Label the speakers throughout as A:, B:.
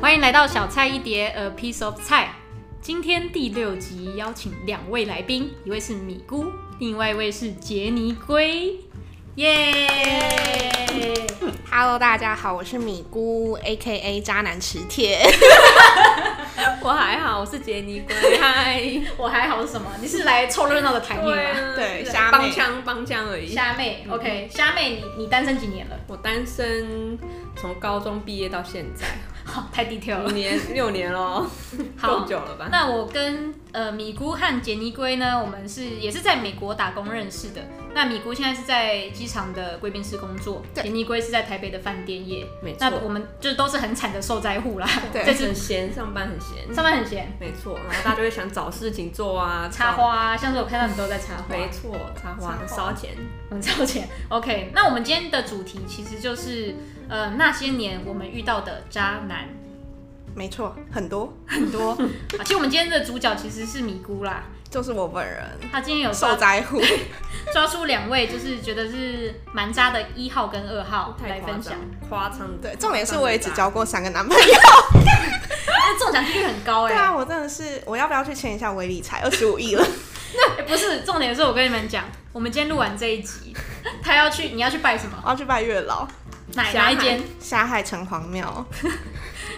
A: 欢迎来到小菜一碟，A piece of 菜。今天第六集邀请两位来宾，一位是米姑，另外一位是杰尼龟。耶、
B: Hello，大家好，我是米姑，A.K.A 渣男磁铁。
C: 我还好，我是杰尼 龟，嗨，
A: 我还好是什么？你是来凑热闹的台面吗？
B: 对
C: 对
B: 虾妹
C: 帮腔帮腔而已。
A: 虾妹，OK，虾妹，你你单身几年了？
C: 我单身从高中毕业到现在，
A: 好，太 detail
C: 五
A: 了。
C: 年 六年咯，
A: 好
C: 够久了吧？
A: 那我跟呃米姑和杰尼龟呢，我们是也是在美国打工认识的。那米姑现在是在机场的贵宾室工作，
B: 对
A: 杰尼龟是在台北的饭店业。
C: 没
A: 那我
C: 错，
A: 们就都是很惨的受灾户啦。
B: 对
A: 这次
C: 很闲，上班很闲，
A: 上班很闲，
C: 没错。然后大家就会想找事情做啊，
A: 插
C: 找，
A: 花啊，像是我看到你都在插花，
C: 没错，插
A: 插花
C: 花很烧钱。
A: 很超前。OK，那我们今天的主题其实就是呃那些年我们遇到的渣男
B: 没错，很多
A: 很 多。啊其实我们今天的主角其实是米姑啦，
B: 就是我本 人
A: 她今天有
B: 受
A: 抓
B: 灾 户。
A: 抓出两位，就是觉得是蛮渣的一号跟二号来
C: 太夸
A: 分享
C: 张，，夸张。
B: 对，重点是我也只
C: 交。
B: 交过三个男朋 友。
A: 但中奖几率很高哎、
B: 对啊，我真的是，我要不要去签一下微理财？二十五亿了，
A: 欸不是，重点是我跟你们讲，我们今天录完这一集，他要去，你要去拜什么？
B: 我要去拜月老，
A: 哪
C: 霞
A: 哪
C: 海
A: 一间？
B: 下海城隍庙。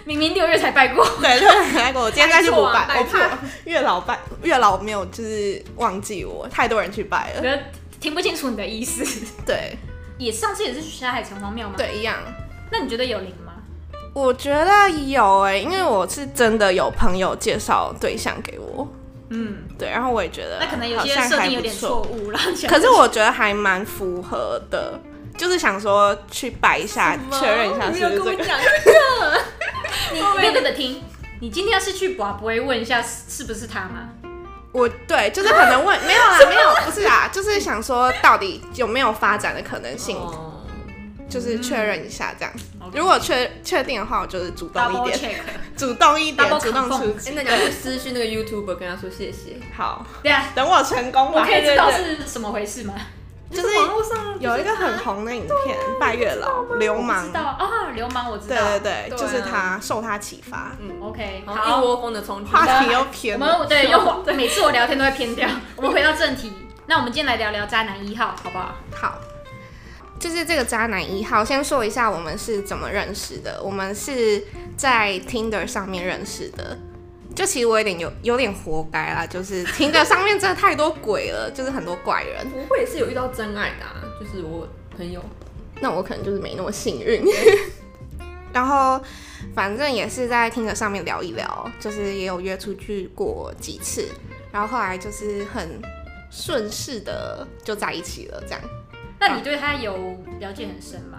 A: 明明六月才拜过，
B: 对，就很爱过。我今天再去补
C: 拜
B: 拜，我
C: 错啊
B: 怕月老拜月老没有，就是忘记我，太多人去拜
A: 我
B: 了。
A: 觉得听不清楚你的意思。
B: 对
A: 也上次也是去霞海城隍庙吗？。
B: 对，一样。
A: 那你觉得有灵吗？
B: 我觉得有哎、因为我是真的有朋友介绍对象给我，
A: 嗯，
B: 对，然后我也觉得
A: 那可能有
B: 好
A: 些
B: 像
A: 设
B: 还
A: 定有
B: 不
A: 点
B: 错
A: 错误，让起来
B: 可是我觉得还蛮符合的，就是想说去拜一下，确认
A: 哦
B: 一下是不是这个。
C: 讲，
A: 你认真的听。你今天要是去宝不会问一下是是不是他吗？
B: 我对，就是可能问没有啦，没有，不是啦，就是想说到底有没有发展的可能性，
C: 哦
B: 就是确认一下这样。
A: 嗯 OK
B: 如果确确定的话，我就是主动一
A: double
B: 点，
A: check。
B: 主动一点
A: double，
B: 主动出
A: confirm
C: 哎，那你要去私讯那个 YouTuber 跟他说谢谢。
B: 好，
A: 对啊，
B: 等我成功
A: 我
B: 吧。
A: 可以
B: 对
A: 知
B: 对
A: 道
B: 对
A: 是什么回事吗？
B: 就是
C: 网络上
B: 有一个很红的影片《拜月老流
A: 我
B: 氓
A: 知》，道啊，流氓我知
B: 对
A: 道。
B: 对对，
C: 对啊
B: 就是他受他启发，
A: OK，
C: 然后
A: 好
C: 一。窝蜂的冲去
B: 话题又偏
A: 我
B: 了。
A: 们对又对每次我聊天都会偏 掉。我们回到正题，那我们今天来聊聊渣男一号，好不好？
B: 好，就是这个渣男一号，先说一下我们是怎么认识的。我们是在 Tinder 上面认识的。就其实我有点有有点活该啦，就是 Tinder 上面真的太多鬼了，就是很多怪人。
C: 不会是有遇到真爱的、啊，就是我朋友，
B: 那我可能就是没那么幸运。 然后反正也是在 Tinder 上面聊一聊，就是也有约出去过几次，然后后来就是很顺势的就在一起了，这样。
A: 那你对他有了解很深吗？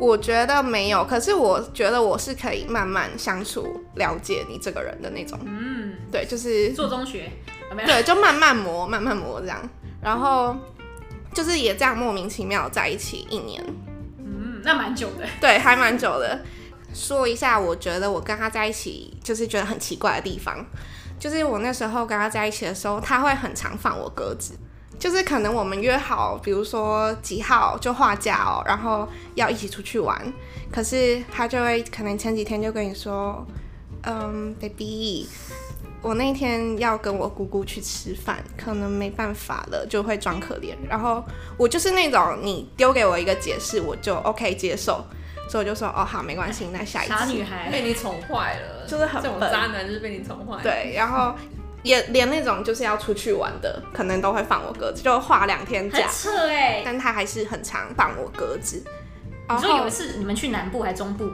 B: 我觉得没有，可是我觉得我是可以慢慢相处、了解你这个人的那种。
A: 嗯，
B: 对，就是
A: 做中学有没有？
B: 对，就慢慢磨，慢慢磨这样。然后就是也这样莫名其妙在一起一年，
A: 嗯，那蛮久的。
B: 对，还蛮久的。说一下，我觉得我跟他在一起，就是觉得很奇怪的地方，就是我那时候跟他在一起的时候，他会很常放我鸽子。就是可能我们约好，比如说几号就画架哦，然后要一起出去玩，可是他就会可能前几天就跟你说，嗯，baby，我那天要跟我姑姑去吃饭，可能没办法了，就会装可怜。然后我就是那种你丢给我一个解释，我就 OK 接受，所以我就说哦好，没关系，那下一
A: 傻
B: 次。
A: 女孩，
C: 被你宠坏了，
B: 就是很
C: 这种
B: 笨
C: 渣男就是被你宠坏。，
A: 嗯
B: 对，然后也连那种就是要出去玩的，可能都会放我鸽子，就画两天
A: 很
B: 假，
A: 扯哎、
B: 但他还是很常放我鸽子。然
A: 你说有
B: 后
A: 一次你们去南部还中部，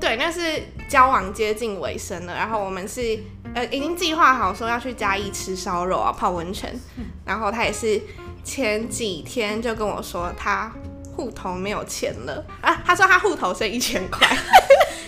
B: 对，那是交往接近尾声了，然后我们是呃已经计划好说要去嘉义吃烧肉啊，泡温泉，然后他也是前几天就跟我说他。户头没有钱了啊！他说他户头剩一千 块，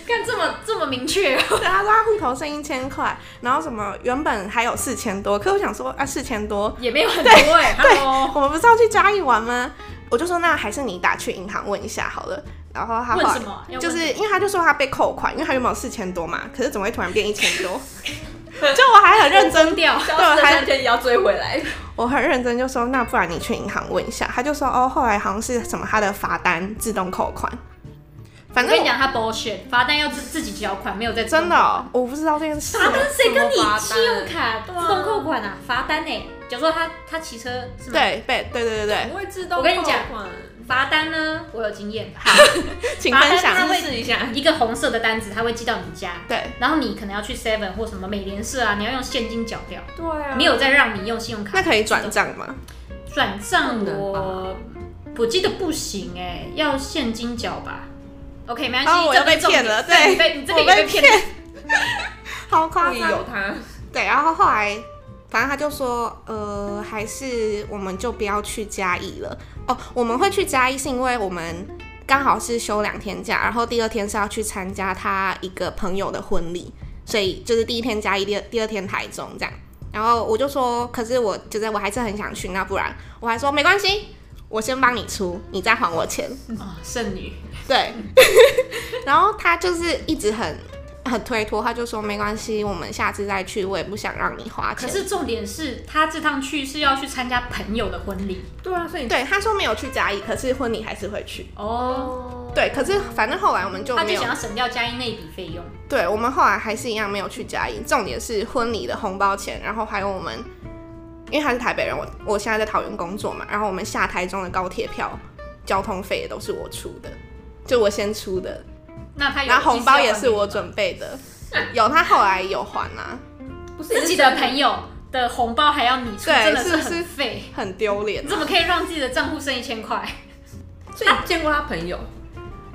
A: 看这么这么明确，
B: 对，他说他户头剩一千块，然后什么原本还有四千多，可我想说啊，四千多
A: 也没有很多哎、欸。Hello，
B: 我们不是要去嘉义玩吗？我就说那还是你打去银行问一下好了。然后他后
A: 问什
B: 来
A: 么？要问
B: 就是因为他就说他被扣款，因为他原本四千多嘛，可是怎么会突然变一千 多？就我还很认真，
A: 掉，
C: 消
B: 对
C: 失的
B: 还
C: 三天也要追回来。
B: 我很认真就说那不然你去银行问一下。他就说哦，后来好像是什么他的罚单自动扣款，反
A: 我跟
B: 正
A: 你讲，他 bullshit，罚单要自自己缴款，没有在
B: 真的哦、我不知道这件事。
A: 罚单谁跟你
C: 什么罚单
A: 信用卡自
C: 对啊
A: 动扣款啊？罚单呢、假如说他他骑车是吗？，
B: 对被对对对对，
C: 不会自动
A: 我跟你
C: 扣
A: 讲
C: 款
A: 罚单呢，我有经 验，
B: 请
A: 罚单
B: 分享
A: 他。会
C: 试一下。
A: 一个红色的单子，他会寄到你家，
B: 对，
A: 然后你可能要去 Seven 或什么美联社啊，你要用现金缴掉，
C: 对啊，
A: 没有再让你用信用卡
B: 那可以转账吗？
A: 转账
C: 不能吧
A: 我我记得不行哎、要现金缴吧。OK，没关系，
B: 哦我
A: 这
B: 又
A: 不是
B: 被
A: 重点
B: 骗了
A: 对，
B: 对
A: 你被你这个
B: 我
A: 也被
B: 被
A: 骗了。
B: 好夸
C: 故
A: 哦
C: 意
B: 张。
C: 有他，
B: 对，然后后来，反正他就说，呃，还是我们就不要去嘉义了。哦，我们会去嘉义是因为我们刚好是休两天假，然后第二天是要去参加他一个朋友的婚礼，所以就是第一天嘉义，第二第二天台中这样。然后我就说，可是我觉得我还是很想去，那不然我还说没关系，我先帮你出，你再还我钱。
A: 哦，剩女，
B: 对， 然后他就是一直很很推脱，他就说没关系，我们下次再去，我也不想让你花
A: 可
B: 钱。
A: 是重点是他这趟去是要去参加朋友的婚礼
C: 对啊，所以你
B: 对，他说没有去嘉义，可是婚礼还是会去。
A: 哦，
B: 对，可是反正后来我们就
A: 他
B: 没
A: 就
B: 有
A: 想，要省掉嘉义那一笔费用。
B: 对我们后来还是一样没有去嘉义。重点是婚礼的红包钱，然后还有我们，因为他是台北人，我我现在在桃园工作嘛，然后我们下台中的高铁票、交通费也都是我出的，就我先出的，
A: 那他有
B: 然后红包也是我
A: 准
B: 准备的。有，他后来有还啊，
C: 不是
A: 自己的朋友的红包还要你出，
B: 对
A: 真的
B: 是
A: 很
B: 不是
A: 废。
B: 很丢脸
A: 你。怎么可以让自己的账户剩一千块？
C: 所以你见过他朋友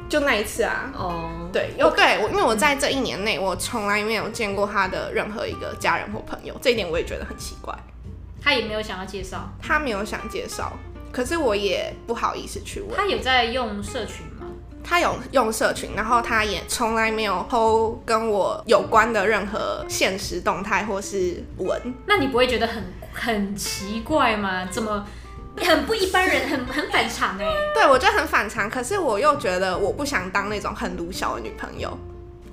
B: 就那一次啊。
C: 哦，
B: 对，有对我，因为我在这一年内，我从来没有见过他的任何一个家人或朋友，这一点我也觉得很奇怪。
A: 他也没有想要介绍，
B: 他没有想介绍，可是我也不好意思去问。
A: 他有在用社群吗？
B: 他有用社群，然后他也从来没有 PO 跟我有关的任何现实动态或是文。
A: 那你不会觉得很很奇怪吗？怎么很不一般人，很很反常哎、
B: 对我觉得很反常，可是我又觉得我不想当那种很鲁小的女朋友。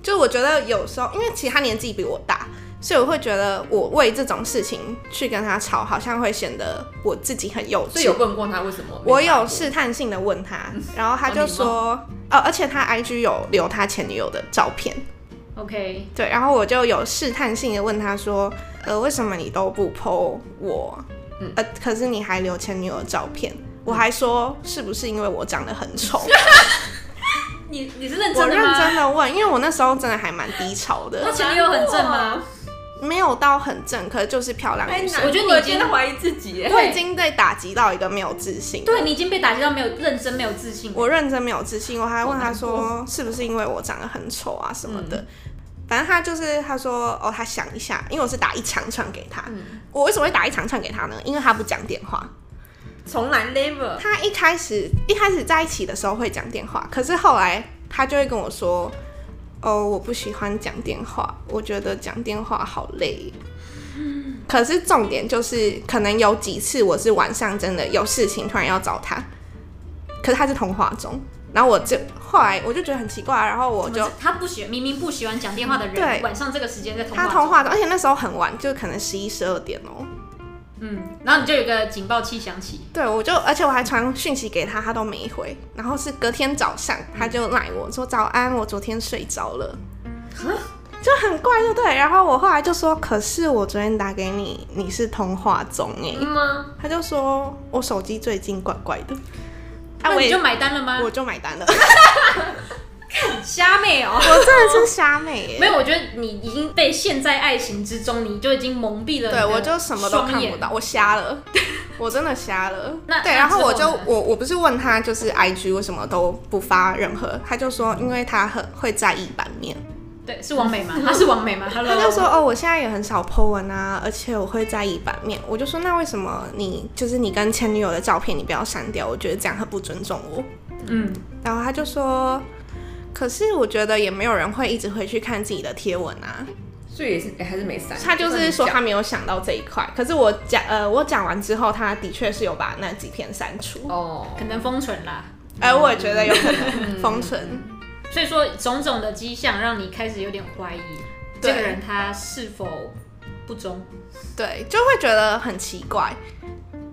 B: 就我觉得有时候，因为其实他年纪比我大，所以我会觉得我为这种事情去跟他吵，好像会显得我自己很幼
C: 所以
B: 稚
C: 有。问过他为什么？
B: 我有试探性的问他，
C: 嗯
B: 然后他就说，哦，而且他 IG 有留他前女友的照片，
A: OK，
B: 对，然后我就有试探性的问他说，呃，为什么你都不 PO 我？
C: 嗯
B: 呃，可是你还留前女友的照片，我还说是不是因为我长得很 丑？
A: 你你是认
B: 我
A: 真的
B: 认
A: 吗？
B: 真的问，因为我那时候真的还蛮低潮
A: 他
B: 的，
A: 前女友很正吗？
B: 没有到很正，可是就是漂亮女生。
A: 我
C: 我
A: 觉
C: 觉
A: 得你
C: 得你
A: 已经
C: 真的怀疑自己耶，
B: 我已经被打击到一个没有自信。
A: 对，你已经被打击到没有认真、没有自信。
B: 我认真没有自信，我还问他
A: 嗯
C: 好
B: 说是不是因为我长得很丑啊什么的。反正他就是他说哦，他想一下，因为我是打一长串给他。
A: 嗯
B: 我为什么会打一长串给他呢？因为他不讲电话。
C: 从来 never
B: 他一开始一开始在一起的时候会讲电话，可是后来他就会跟我说：“哦，我不喜欢讲电话，我觉得讲电话好累。”
A: 嗯
B: 可是重点就是，可能有几次我是晚上真的有事情突然要找他，可是他是通话中，然后我就后来我就觉得很奇怪，然后我
A: 怎么
B: 就是
A: 他不喜明明不喜欢讲电话的人，
B: 对
A: 晚上这个时间在通话
B: 他
A: 中。
B: 通话中，而且那时候很晚，就可能十一十二点哦、
A: 嗯，然后你就有一个警报器响起，
B: 对，我就，而且我还传讯息给他，他都没回。然后是隔天早上，他就赖我说早安，我昨天睡着了，就很怪，对不对？然后我后来就说，可是我昨天打给你，你是通话中哎、
A: 嗯
C: 吗？
B: 他就说我手机最近怪怪的，啊，
A: 那
B: 我
A: 你
B: 也
A: 就买啊单了吗？
B: 我就买单 了，
A: 瞎妹哦、
B: 我真的是瞎 妹
A: 没
B: 哎、
A: 有，我觉得你已经被陷在爱情之中，你就已经蒙蔽了。
B: 对，我就什么都看不
A: 到。
B: 到，我瞎了，我真的瞎了。
A: 那
B: 对，
A: 那
B: 然后
A: 之
B: 我
A: 后
B: 就
A: 呢
B: 我我不是问他就是 IG 为什么都不发任何，他就说因为他很会在意版面。
A: 对，是王美 吗？她是王美吗？Hello，
B: 他就说哦，我现在也很少 po 文啊，而且我会在意版面。我就说那为什么你就是你跟前女友的照片你不要删掉？我觉得这样很不尊重我。
A: 嗯，
B: 然后他就说，可是我觉得也没有人会一直回去看自己的贴文啊。
C: 所以也是哎还是没删，
B: 他就是说
C: 算
B: 他没有想到这一块。可是我讲呃，我讲完之后，他的确是有把那几篇删除
C: 你。讲哦，嗯
A: 可能封存啦。
B: 哎、我也觉得有可能封存。
A: 所以说，种种的迹象让你开始有点怀疑这
B: 对
A: 个人他是否不忠。
B: 对，就会觉得很奇怪。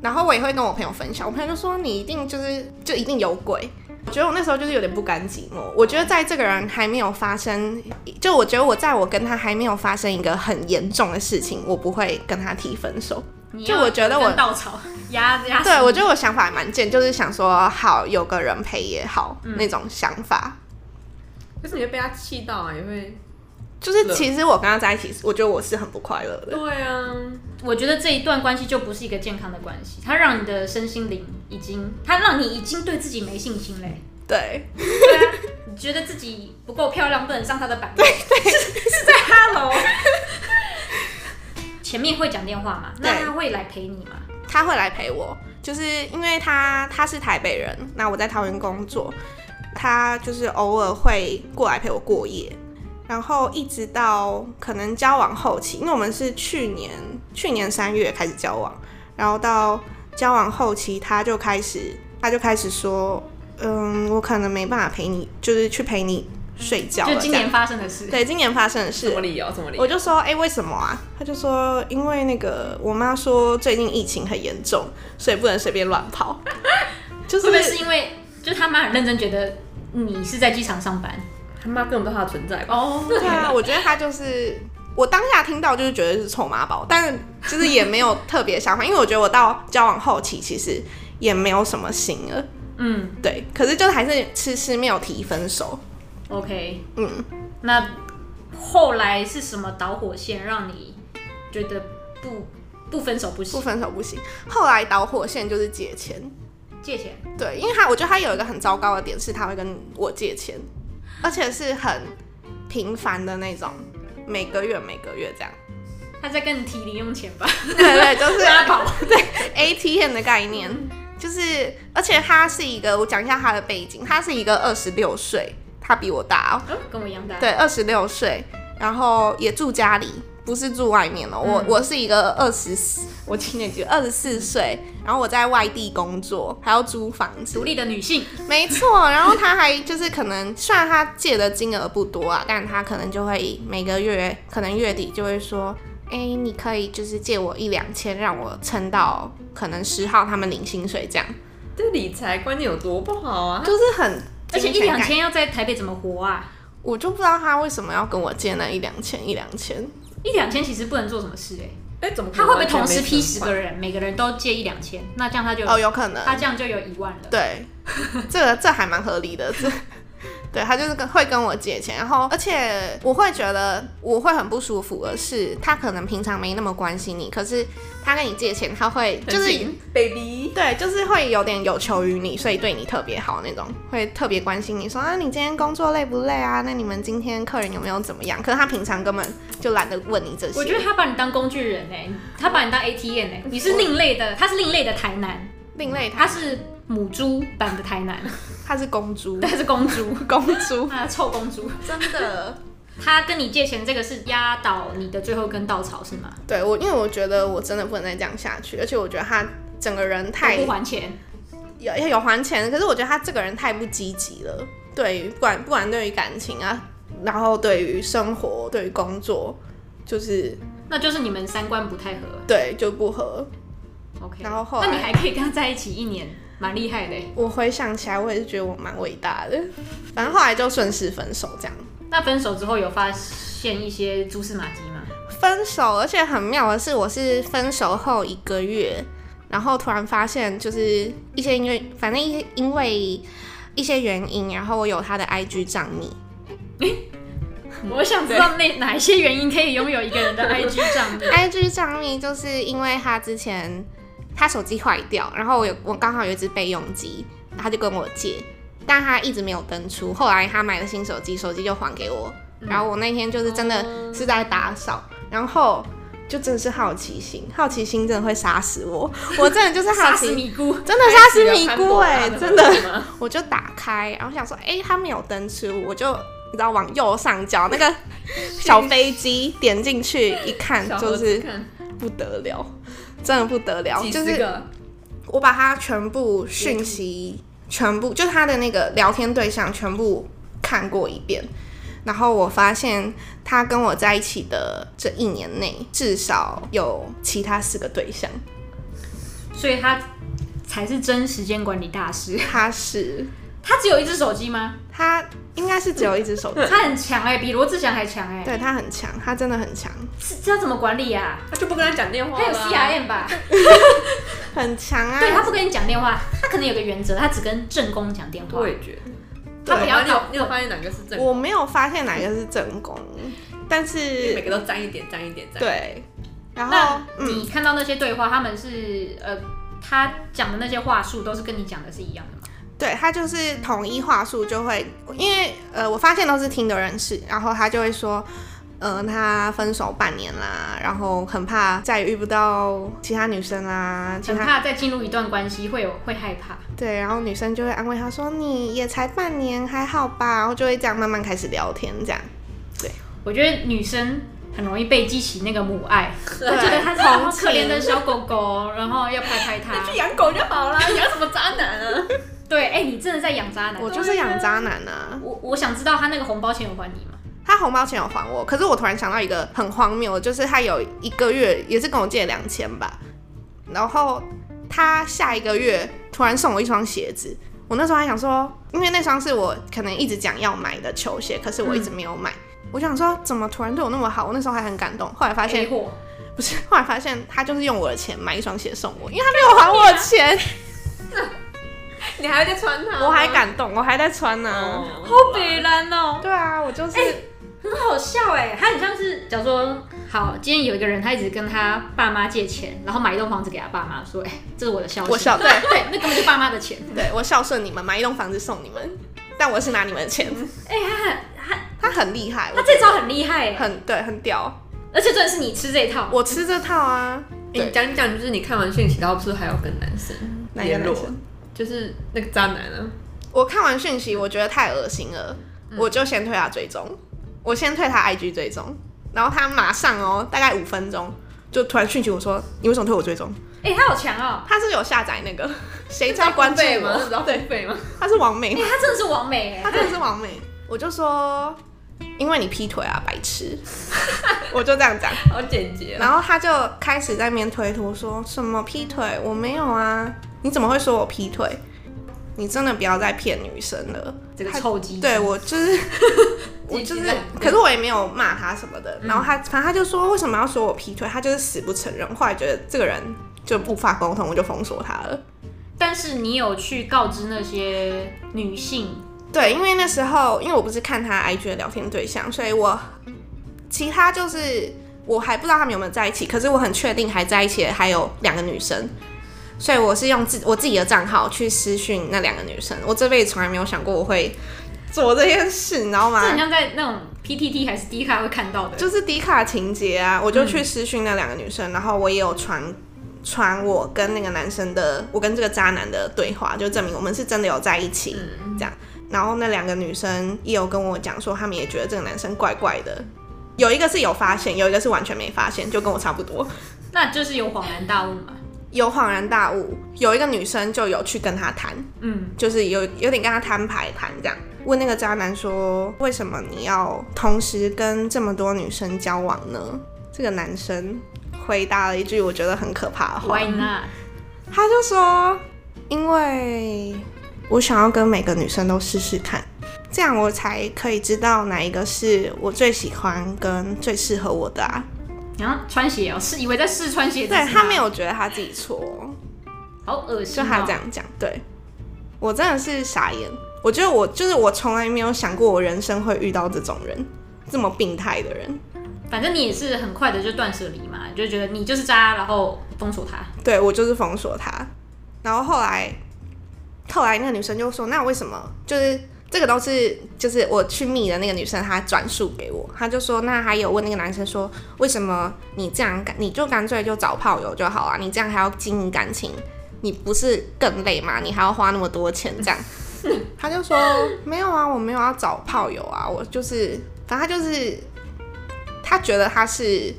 B: 然后我也会跟我朋友分享，我朋友就说你一定就是就一定有鬼。我觉得我那时候就是有点不甘寂寞。我觉得在这个人还没有发生，就我觉得我在我跟他还没有发生一个很严重的事情，我不会跟他提分手。
A: 你
B: 就
A: 要
B: 我觉得
A: 跟
B: 我
A: 稻草 压压死
B: 对
A: 你
B: 我觉得我想法还蛮贱，就是想说好有个人陪也好、那种想法。
C: 可是你会被他气到啊，也会。
B: 就是
C: 乐
B: 其实我跟他在一起，我觉得我是很不快乐的。
C: 对啊，
A: 我觉得这一段关系就不是一个健康的关系，它让你的身心灵已经，它让你已经对自己没信心嘞。
B: 对，
A: 啊你觉得自己不够漂亮，不能上他的版面。
C: Hello，
A: 前面会讲电话嘛，
B: 对
A: 那他会来陪你嘛？
B: 他会来陪我，就是因为他他是台北人，那我在桃园工作，他就是偶尔会过来陪我过夜，然后一直到可能交往后期，因为我们是去年去年三月开始交往，然后到交往后期，他就开始他就开始说，嗯，我可能没办法陪你，就是去陪你睡觉了，
A: 就今
B: 这
A: 年
B: 样
A: 发生的事。
B: 对今年发生的事
C: 什么，理由？什么理由？
B: 我就说，哎、为什么啊？他就说，因为那个我妈说最近疫情很严重，所以不能随便乱 跑。就
A: 会不会
B: 是
A: 是因为就他妈很认真觉得你是在机场上班？
C: 他妈根本不知道他的存在吧？
A: 哦，
B: 对啊，我觉得他就是我当下听到就是觉得是臭妈宝，但就是也没有特别想法，因为我觉得我到交往后期其实也没有什么心了。
A: 嗯
B: 对，可是就还是迟迟没有提分手。
A: ，OK，
B: 嗯，
A: 那后来是什么导火线让你觉得不不分手不
B: 不
A: 行？
B: 分手不行。后来导火线就是借钱，
A: 借钱？
B: 对，因为他我觉得他有一个很糟糕的点是，他会跟我借钱，而且是很频繁的那种，每个月每个月这样。
A: 他在跟你提零用钱吧？
B: 对 对，就是
A: 妈宝。
B: ATM 的概念，就是而且他是一个，我讲一下他的背景，他是一个二十六岁，他比我大哦，
A: 嗯跟我一样大。
B: 对，二十六岁，然后也住家里，不是住外面哦。我、我是一个二十四，我今年就二十四岁，然后我在外地工作，还要租房子
A: 独，立的女性，
B: 没错，然后他还就是可能，虽然他借的金额不多啊， 但他可能就会每个月，可能月底就会说，哎、你可以就是借我一两千，让我撑到可能十号他们领薪水这样，
C: 这理财观念有多不好啊？
B: 就是很
A: 而且
B: 金
A: 一
B: 钱
A: 两
B: 感，
A: 千要在台北怎么活啊？
B: 我就不知道他为什么要跟我借那一两千一两千，
A: 一两千其实不能做什么事哎、
C: 哎，怎么可
A: 他
C: 能
A: 会不会
C: 完全
A: 同
C: 没
A: 时批十
C: 存
A: 个
C: 款？
A: 人，每个人都借一两千？那这样他就、
B: 哦，有可能，
A: 他这样就有一万了。
B: 对，这个 这还蛮合理的。这对他就是跟会跟我借钱，然后而且我会觉得我会很不舒服的是，他可能平常没那么关心你，可是他跟你借钱，他会
C: 很
B: 就是
C: 紧 baby，
B: 对，就是会有点有求于你，所以对你特别好那种，会特别关心你说啊，你今天工作累不累啊？那你们今天客人有没有怎么样？可是他平常根本就懒得问你这些。
A: 我觉得他把你当工具人哎、他把你当 ATM 哎、你是另类的，他是另类的台南，
B: 另类
A: 他
B: 他
A: 是母猪版的台 南，
B: 他是公猪，
A: 他是公猪，
B: 公猪
A: 他臭公猪。
B: 真的。
A: 他跟你借钱这个是压倒你的最后一根稻草是吗？
B: 对我，因为我觉得我真的不能再这样下去，而且我觉得他整个人太
A: 都不还钱，
B: 有有还钱，可是我觉得他这个人太不积极了。对于，不管不管对于感情啊，然后对于生活、对于工作，就是
A: 那就是你们三观不太合。
B: 对就不合。
A: OK，
B: 然后后来
A: 那你还可以跟他在一起一年，蛮厉害的欸、
B: 我回想起来，我也是觉得我蛮伟大的。反正后来就顺势分手，这样
A: 那分手之后有发现一些蛛丝马迹吗？
B: 分手，而且很妙的是，我是分手后一个月，然后突然发现，就是一些因为反正一些因为一些原因，然后我有他的 IG 账密，嗯
A: 我想知道那哪一些原因可以拥有一个人 的 IG 账面？
B: IG 账密就是因为他之前他手机坏掉，然后我有我刚好有一只备用机，他就跟我借，但他一直没有登出。后来他买了新手机，手机就还给我。
C: 嗯
B: 然后我那天就是真
C: 哦
B: 的是在打扫，然后就真的是好奇心，好奇心真的会杀死我。我真的就是好
A: 杀死
B: 奇，
A: 米姑，
B: 真的杀死米姑
A: 啊
B: 哎、
C: 哎，
B: 真的。
C: 吗？
B: 我就打开，然后想说，哎、他没有登出，我就你知道往右上角 那个小飞机点进去一看，
C: 小
B: 就
C: 盒
B: 是
C: 子看
B: 不得了，真的不得了，
C: 几
B: 就
C: 十
B: 是
C: 个，
B: 我把他全部讯息，全部就他的那个聊天对象全部看过一遍，然后我发现他跟我在一起的这一年内，至少有其他四个对象，
A: 所以他才是真时间管理大师。
B: 他是
A: 他只有一只手机吗？
B: 他应该是只有一只手 机，
A: 他很强哎、比罗志祥还强哎、
B: 对他很强，他真的很强，
A: 是这要怎么管理啊？
C: 他就不跟他讲电话
A: 他有 CRM 吧？
B: 很强啊！
A: 对他不跟你讲电话，他可能有个原则，他只跟正宫讲电话
C: 我。也觉得。
A: 他比较
C: 你有你有发现哪个是正宫？
B: 我没有发现哪个是正宫，但
C: 每
B: 是
C: 个都沾一点，沾一点，沾。，
B: 对，然后
A: 那
B: 嗯，
A: 你看到那些对话，他们是呃，他讲的那些话术都是跟你讲的是一样的吗？
B: 对他就是统一话术就会，因为呃，我发现都是听的人士，然后他就会说。呃，他分手半年啦，然后很怕再也遇不到其他女生啦，其
A: 很
B: 他
A: 怕再进入一段关系会有会害怕。
B: 对，然后女生就会安慰他说：“你也才半年，还好吧？”然后就会这样慢慢开始聊天，这样。
A: 我觉得女生很容易被激起那个母爱，
B: 对
A: 我觉得他是好
B: 同
A: 可怜的
B: 情
A: 小狗狗，然后要拍拍它。
C: 去养狗就好 啦，养什么渣男啊？
A: 对，哎、你真的在养渣男。
B: 我
A: 我
B: 就是养渣男啊！
A: 我我想知道他那个红包钱有还你吗？
B: 他红包钱有还我，可是我突然想到一个很荒谬的，就是他有一个月也是跟我借两千吧，然后他下一个月突然送我一双鞋子，我那时候还想说，因为那双是我可能一直讲要买的球鞋，可是我一直没有买。我想说，怎么突然对我那么好？我那时候还很感动。后来发
A: 黑
B: 现
A: 货，
B: 不是，后来发现他就是用我的钱买一双鞋送我，因为他没有还我钱。
C: 你还在穿它？
B: 我还，感动，我还在穿呢、
C: 哦，
A: 好北蓝哦，
B: 对啊，我就是、
A: 很好笑哎，他很像是，假如说，好，今天有一个人，他一直跟他爸妈借钱，然后买一栋房子给他爸妈，说，哎、这是我的孝心，
B: 我孝对
A: 对，那根本就爸妈的钱，
B: 对我孝顺你们，买一栋房子送你们，但我是拿你们的钱。
A: 哎、他很他
B: 他很厉害，
A: 他
B: 我
A: 这招很厉害哎，
B: 很对，很屌。
A: 而且真的是你吃这一套，
B: 我吃这套啊，
C: 你讲讲，就是你看完讯息，然后是不是还有跟男生
B: 哪一个男生？
C: 就是那个渣男啊，
B: 我看完讯息，我觉得太恶心了，我就先退他追踪，我先退他 IG 追踪，然后他马上哦，大概五分钟就突然讯息我说，你为什么退我追踪？
A: 哎、他好强哦，
B: 他是有下载那个，谁知道关注
C: 费吗？
B: 我？
C: 是要付费吗？
B: 他是王美
A: 哎、
B: 吗，
A: 他真的是完美
B: 他
A: 哎，
B: 真的是王美。我就说，因为你劈腿啊，白痴，我就这样讲。
C: 好简洁啊。
B: 然后他就开始在面推脱，说什么劈腿，我没有啊，你怎么会说我劈腿？你真的不要再骗女生了。
A: 这个
B: 他
A: 臭鸡，
B: 对我就是 我就
C: 鸡
B: 是
C: 蛋，
B: 可是我也没有骂他什么的。然后
A: 嗯
B: 他反正他就说为什么要说我劈腿，他就是死不承认。后来觉得这个人就无法沟通，我就封锁他了。
A: 但是你有去告知那些女性，
B: 对，因为那时候因为我不是看他 IG 的聊天对象，所以我其他就是我还不知道他们有没有在一起，可是我很确定还在一起的还有两个女生，所以我是用自我自己的账号去私讯那两个女生，我这辈子从来没有想过我会做这件事，你知道吗
A: 这？很像在那种 PTT 还是 D 卡会看到的，
B: 啊就是迪卡情节啊，我就去私讯那两个女生，然后我也有传传我跟那个男生的，我跟这个渣男的对话，就证明我们是真的有在一起，这样。然后那两个女生也有跟我讲说，他们也觉得这个男生怪怪的，有一个是有发现，有一个是完全没发现，就跟我差不多。
A: 那就是有恍然大悟嘛。
B: 有恍然大悟，有一个女生就有去跟他谈，
A: 嗯，
B: 就是有有点跟他摊牌谈这样，问那个渣男说，为什么你要同时跟这么多女生交往呢？这个男生回答了一句我觉得很可怕的话
A: Why，not？
B: 他就说，因为我想要跟每个女生都试试看，这样我才可以知道哪一个是我最喜欢跟最适合我的啊。
A: 然后穿鞋哦，是以为在试穿鞋子是
B: 对
A: 吗，
B: 他没有觉得他自己错。
A: 好恶心、
B: 就
A: 哦，
B: 他这样讲，对我真的是傻眼。我觉得我就是我从来没有想过我人生会遇到这种人，这么病态的人。
A: 反正你也是很快的就断舍离嘛，你就觉得你就是渣，然后封锁他。
B: 对我就是封锁他。然后后来，后来那个女生就说：“那为什么？就是这个都是就是我去密的那个女生，她转述给我，她就说：那还有问那个男生说，为什么你这样干，你就干脆就找炮友就好啊？你这样还要经营感情，你不是更累吗？你还要花那么多钱这样？”他就说：“没有啊，我没有要找炮友啊，我就是，反正他就是，他觉得他是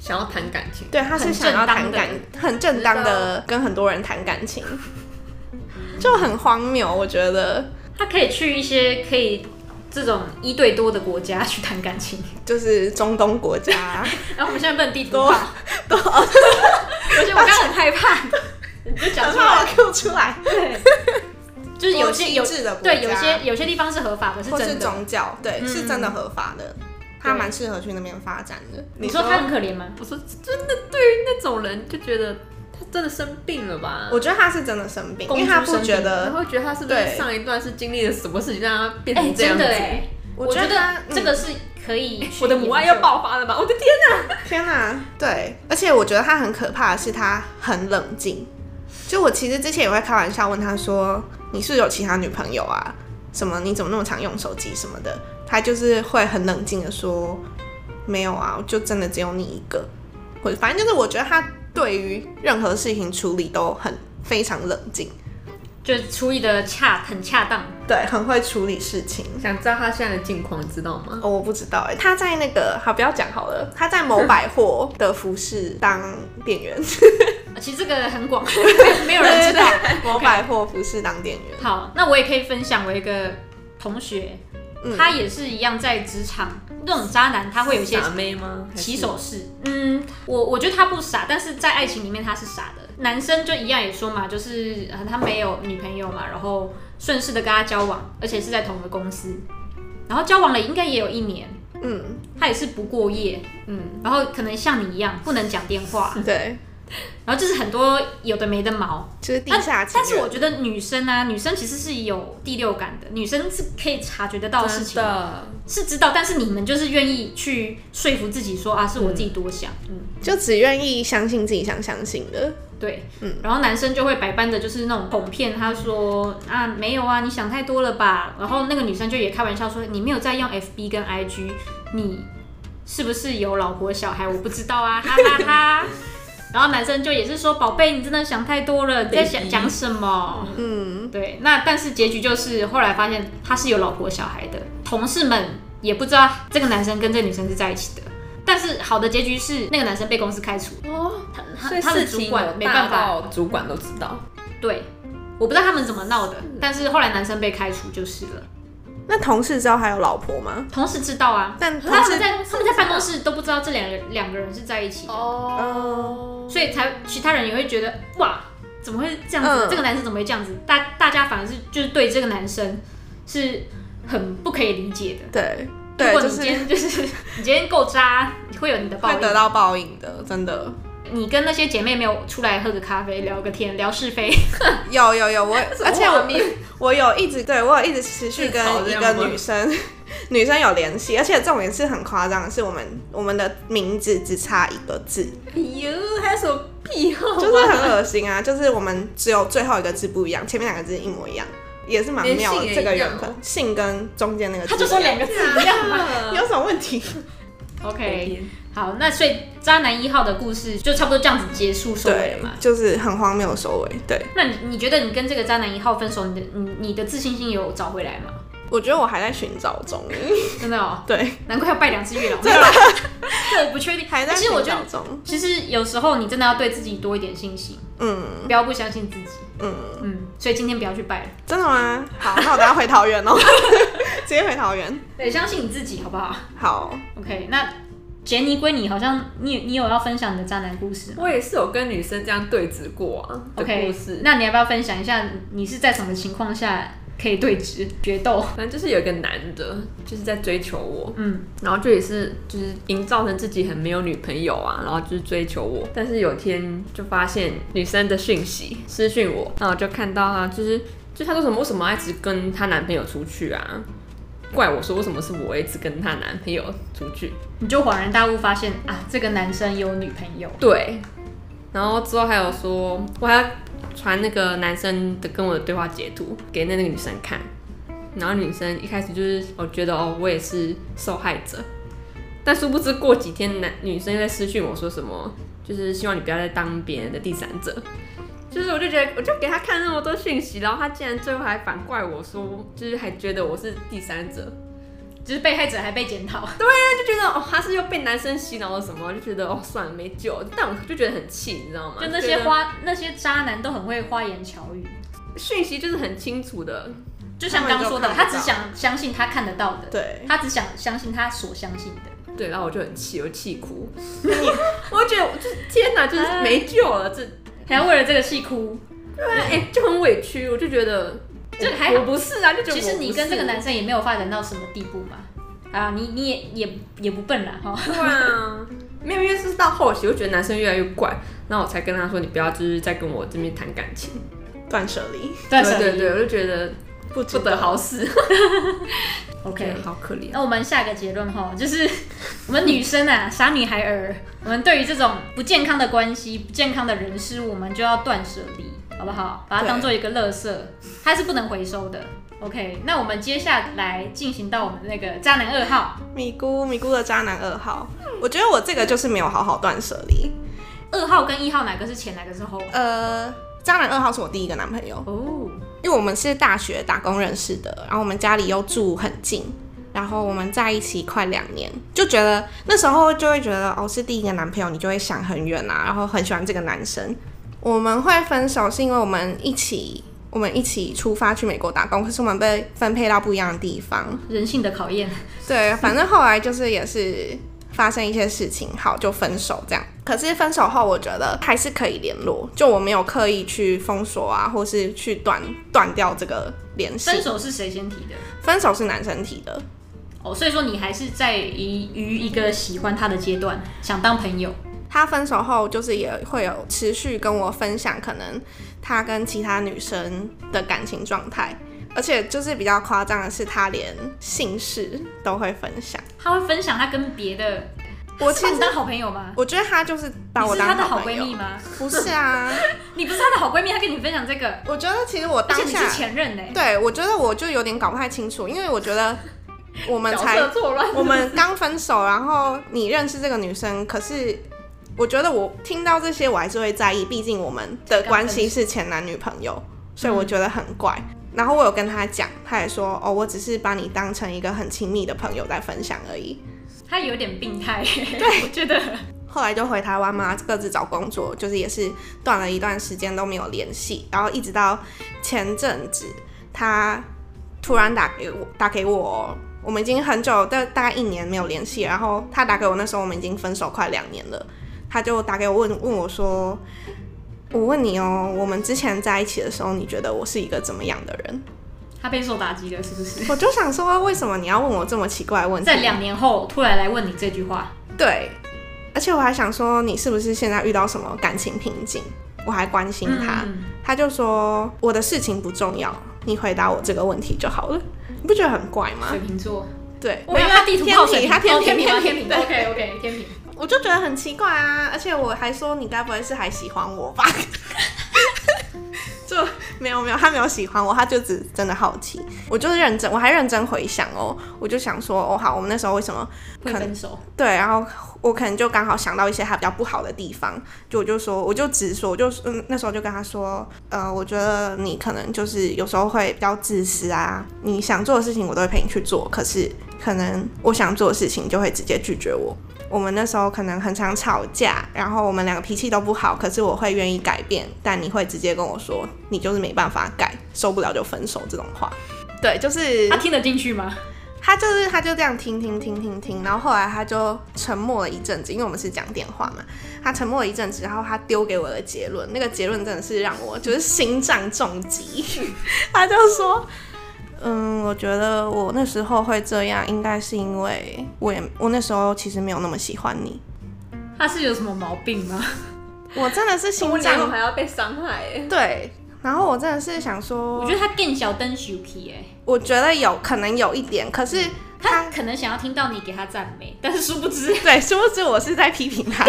C: 想要谈感情，
B: 对，他是
A: 很
B: 想要
A: 正当
B: 谈
A: 的
B: 感，很正当的跟很多人谈感情，就很荒谬。我觉得
A: 他可以去一些可以这种一对多的国家去谈感情。
B: 就是中东国家，
A: 然后我们现在不能地图炮，我觉得我刚刚很害怕，你就讲
B: 很
A: 出
B: 怕
A: 来
B: 我。Q 出来。
A: 对，就是有些有
B: 多细致的国
A: 对
B: 家
A: 有些有些地方是合法的，是
B: 或是
A: 真的。
B: 宗教，对，
A: 嗯
B: 是真的合法的，他蛮适合去那边发展的。
A: 你说他很可怜吗？
C: 我说真的，对于那种人就觉得他真的生病了吧？
B: 我觉得他是真的生病，因
A: 公
B: 为
A: 主
B: 他不
A: 生病
B: 觉
C: 然
B: 得，
C: 后觉得他是不是
B: 对
C: 上一段是经历了什么事情让他变
A: 哎、
C: 成这样
A: 真
C: 子？
A: 的哎、
B: 我觉得嗯他
A: 这个是可以去研究。
C: 我的母爱要爆发了哎吧？我的天！
B: 天哪、对，而且我觉得他很可怕的是他很冷静。就我其实之前也会开玩笑问他说：“你是不是有其他女朋友啊？什么？你怎么那么常用手机什么的？”他就是会很冷静的说：“没有啊，就真的只有你一个。”或者反正就是我觉得他对于任何事情处理都很非常冷静，
A: 就是处理的恰很恰当。
B: 对，很会处理事情。
C: 想知道他现在的近况，你知道吗？
B: 哦，我不知道哎，他在那个好不要讲好了，他在某百货的服饰当店员。
A: 其实这个很广，没有没有人知道。
B: 某百货服饰当店员。
A: 好，那我也可以分享我一个同学，他也是一样在职场那种渣男，他会有一些
C: 傻妹吗？
A: 起手式。嗯，我我觉得他不傻，但是在爱情里面他是傻的。男生就一样也说嘛，就是呃他没有女朋友嘛，然后顺势的跟他交往，而且是在同一个公司，然后交往了应该也有一年，
B: 嗯，
A: 他也是不过夜，嗯，然后可能像你一样不能讲电话，
B: 对，
A: 然后就是很多有的没的毛，
B: 就是地
A: 但
B: 下情人
A: 但是我觉得女生啊，女生其实是有第六感的，女生是可以察觉得到事
C: 真
A: 情，
C: 的，
A: 是知道。但是你们就是愿意去说服自己说啊，是我自己多想，
B: 就只愿意相信自己想相信的。
A: 对，然后男生就会百般的就是那种哄骗，他说啊没有啊，你想太多了吧。然后那个女生就也开玩笑说，你没有在用 FB 跟 IG，你是不是有老婆小孩？我不知道啊，哈哈哈。 然后男生就也是说，宝贝，你真的想太多了，你在想
C: Baby
A: 讲什么？
B: 嗯，
A: 对，那但是结局就是后来发现他是有老婆小孩的，同事们也不知道这个男生跟这个女生是在一起的。但是好的结局是那个男生被公司开除，
C: 哦，
A: 他
C: 所
A: 他
C: 以
A: 他的
C: 事
A: 主
C: 情
A: 管
C: 有
A: 没
C: 大
A: 办法。
C: 到主管都知道。
A: 对，我不知道他们怎么闹的，
B: 嗯
A: 但是后来男生被开除就是了。
B: 那同事知道还有老婆吗？
A: 同事知道啊，
B: 但同
A: 他
B: 事
A: 们在他们在办公室都不知道这两个人两个人是在一起的，
C: 嗯
B: 哦
A: 所以才其他人也会觉得哇，怎么会这样子？
B: 嗯
A: 这个男生怎么会这样子？大大家反而是就是对这个男生是很不可以理解的。
B: 对
A: 如
B: 对，
A: 果
B: 就
A: 你今
B: 是
A: 天就是 你今天够渣，会有你的报
B: 会
A: 应
B: 得。到报应的，真的。
A: 你跟那些姐妹没有出来喝个咖啡、聊个天、聊是非，
B: 有有 有，我而且
C: 画
B: 我
C: 面
B: 我有一直对我有一直持续跟
C: 自嘲这
B: 一
C: 样
B: 个
C: 吗
B: 女生 女生有联系，而且重点是很夸张的是，我们我们的名字只差一个字，
C: 哎呦，还有什么癖好 啊？
B: 就是很恶心啊！ 就是我们只有最后一个字不一样，前面两个字一模一样，也是蛮妙
C: 连姓也
B: 的这个
C: 一样
B: 缘分。姓跟中间那个字，
A: 他就说两个字
C: 啊
A: 一样嘛。
B: 有什么问题？
A: OK，好，那所以渣男一号的故事就差不多这样子结束收尾了
B: 对
A: 嘛，？
B: 就是很荒谬的收尾。对，
A: 那你你觉得你跟这个渣男一号分手，你的你你的自信心有找回来吗？
B: 我觉得我还在寻找中，
A: 真的哦，
B: 对，
A: 难怪要拜两次月老。
B: 真
A: 这我不确定，
B: 还在
A: 其
B: 寻
A: 实我觉
B: 找
A: 得，
B: 中。
A: 其实有时候你真的要对自己多一点信心，
B: 嗯
A: 不要不相信自己。
B: 嗯，
A: 嗯，所以今天不要去拜了，
B: 真的吗？好，那我等下回桃园哦， 直接回桃园。
A: 对，相信你自己好不好
B: 好，
A: ？OK，那杰尼归你，好像你你有要分享你的渣男故事吗
C: 我也是有跟女生这样对峙过啊的故
A: ？OK，
C: 事。
A: 那你要不要分享一下你是在什么情况下可以对峙决斗？
C: 反正就是有一个男的，就是在追求我，
A: 嗯，
C: 然后就也是就是营造成自己很没有女朋友啊，然后就是追求我。但是有天就发现女生的讯息私讯我，然后我就看到啊，就是就她说什么为什么要一直跟她男朋友出去啊？怪我说为什么是我一直跟她男朋友出去？
A: 你就恍然大悟，发现啊，这个男生有女朋友。
C: 对，然后之后还有说，我还要传那个男生的跟我的对话截图给那那个女生看，然后女生一开始就是我觉得哦，我也是受害者，但殊不知过几天男女生又在私讯我说什么，就是希望你不要再当别人的第三者。就是我就觉得，哦我就给他看那么多讯息，然后他竟然最后还反怪我说，就是还觉得我是第三者，
A: 就是被害者还被检 讨，
C: 就觉得哦，他是又被男生洗脑了什么，就觉得哦，算了，没救。但我就觉得很气，你知道吗？
A: 就那
C: 觉
A: 些
C: 得
A: 花那些渣男都很会花言巧语，
C: 讯息就是很清楚的，
A: 就像刚刚说的，
B: 他
A: 他
B: 们就看得到
A: 只想相信他看得到的，
B: 对，
A: 他只想相信他所相信的。
C: 对，然后我就很气，我气哭，我就觉得我就是天哪，就是没救了，这
A: 还要为了这个戏哭，
C: 对，哎、就很委屈，我就觉得
A: 这还
C: 我不是啊，就觉
A: 其
C: 得
A: 实
C: 我
A: 你
C: 不
A: 跟
C: 是
A: 这个 男生也没有发展到什么地步嘛。啊，你你也也也不笨啦哈。
C: 对啊，没有，因为是到后期，我觉得男生越来越怪，然后我才跟他说，你不要就是再跟我这边谈感情。
B: 断舍离
A: 对啊
C: 对对对，我就觉得
B: 不
C: 不
B: 值
C: 得好死，觉
A: ，OK
C: 得。好可怜。
A: 那我们下个结论哈，就是 我们女生啊，傻女孩儿，我们对于这种不健康的关系、不健康的人事物，我们就要断舍离，好不好？把它当做一个垃圾，它是不能回收的。OK，那我们接下来进行到我们那个渣男二号，
B: 米姑，米姑的渣男二号，我觉得我这个就是没有好好断舍离。
A: 二号跟一号哪个是前，哪个是后？
B: 呃，渣男二号是我第一个男朋友，
A: 哦，
B: 因为我们是大学打工认识的，然后我们家里又住很近，然后我们在一起快两年，就觉得那时候就会觉得哦是第一个男朋友，你就会想很远啊，然后很喜欢这个男生。我们会分手是因为我们一起我们一起出发去美国打工，可是我们被分配到不一样的地方，
A: 人性的考验。
B: 对，反正后来就是也是发生一些事情，好就分手这样。可是分手后，我觉得还是可以联络，就我没有刻意去封锁啊，或是去断断掉这个联系
A: 分。手是谁先提的？
B: 分手是男生提的，
A: 哦，所以说你还是在于于一个喜欢他的阶段，想当朋友。
B: 他分手后就是也会有持续跟我分享，可能他跟其他女生的感情状态。而且就是比较夸张的是，他连姓氏都会分享。
A: 他会分享他跟别的，
B: 我其
A: 把你
B: 实
A: 当好朋友吗？
B: 我觉得他就是把
A: 你
B: 我
A: 是他
B: 当
A: 的好
B: 朋
A: 闺蜜
B: 友，
A: 吗？
B: 不是啊。
A: 你不是他的好闺蜜，他跟你分享这个，
B: 我觉得其实我
A: 而
B: 当
A: 且你
B: 下
A: 是前任呢、
B: 对，我觉得我就有点搞不太清楚，因为我觉 得我们
C: 角
B: 才
C: 色错乱，
B: 我们刚分手，然后你认识这个女生，可是我觉得我听到这些我还是会在意，毕竟我们的关系是前男女朋友，所以我觉得很怪。
A: 嗯
B: 然后我有跟他讲，他也说哦，我只是把你当成一个很亲密的朋友在分享而已。
A: 他有点病态、对， 我觉得
B: 后来就回台湾嘛，各自找工作，就是也是断了一段时间都没有联系，然后一直到前阵子他突然打给我，打给我，我们已经很久，大大概一年没有联系，然后他打给我那时候我们已经分手快两年了，他就打给我问问我说，我问你哦，我们之前在一起的时候，你觉得我是一个怎么样的人？
A: 他备受打击了，是不是？
B: 我就想说，为什么你要问我这么奇怪的问题？
A: 在两年后突然来问你这句话，
B: 对，而且我还想说，你是不是现在遇到什么感情瓶颈？我还关心他，
A: 嗯
B: 他就说我的事情不重要，你回答我这个问题就好了。你不觉得很怪吗
A: 嗯水？瓶座，
B: 对，
A: 没有他地图
B: 天
A: 炮水
B: 平，
A: 瓶，
B: 他天
A: 哦
B: 平，
A: 平吗，
B: 天
A: 天平
B: 对，
A: ，OK OK，天平。
B: 我就觉得很奇怪啊。而且我还说，你该不会是还喜欢我吧？ 就没有没有，他没有喜欢我，他就只真的好奇。我就是认真，我还认真回想哦，我就想说，哦好，我们那时候为什么
A: 会分手，
B: 对，然后我可能就刚好想到一些他比较不好的地方，就我就说，我就直说，我就嗯那时候就跟他说，呃，我觉得你可能就是有时候会比较自私啊，你想做的事情我都会陪你去做，可是可能我想做的事情就会直接拒绝我。我们那时候可能很常吵架，然后我们两个脾气都不好，可是我会愿意改变，但你会直接跟我说你就是没办法改，受不了就分手这种话。啊对，就是
A: 他听得进去吗？
B: 他就是他就这样听听听听听，然后后来他就沉默了一阵子，因为我们是讲电话嘛，他沉默了一阵子，然后他丢给我的结论，那个结论真的是让我就是心脏重击，他就说。嗯，我觉得我那时候会这样，应该是因为我也我那时候其实没有那么喜欢你，
A: 他是有什么毛病吗？
B: 我真的是心
C: 我
A: 哦
B: 脏
C: 还要被伤害欸，
B: 对，然后我真的是想
A: 我
B: 说
A: 觉，得他更小灯 Suki 哎，
B: 我觉得有可能有一点，可是
A: 他可能想要听到你给他赞美，但是殊不知
B: 对，殊不知我是在批评他。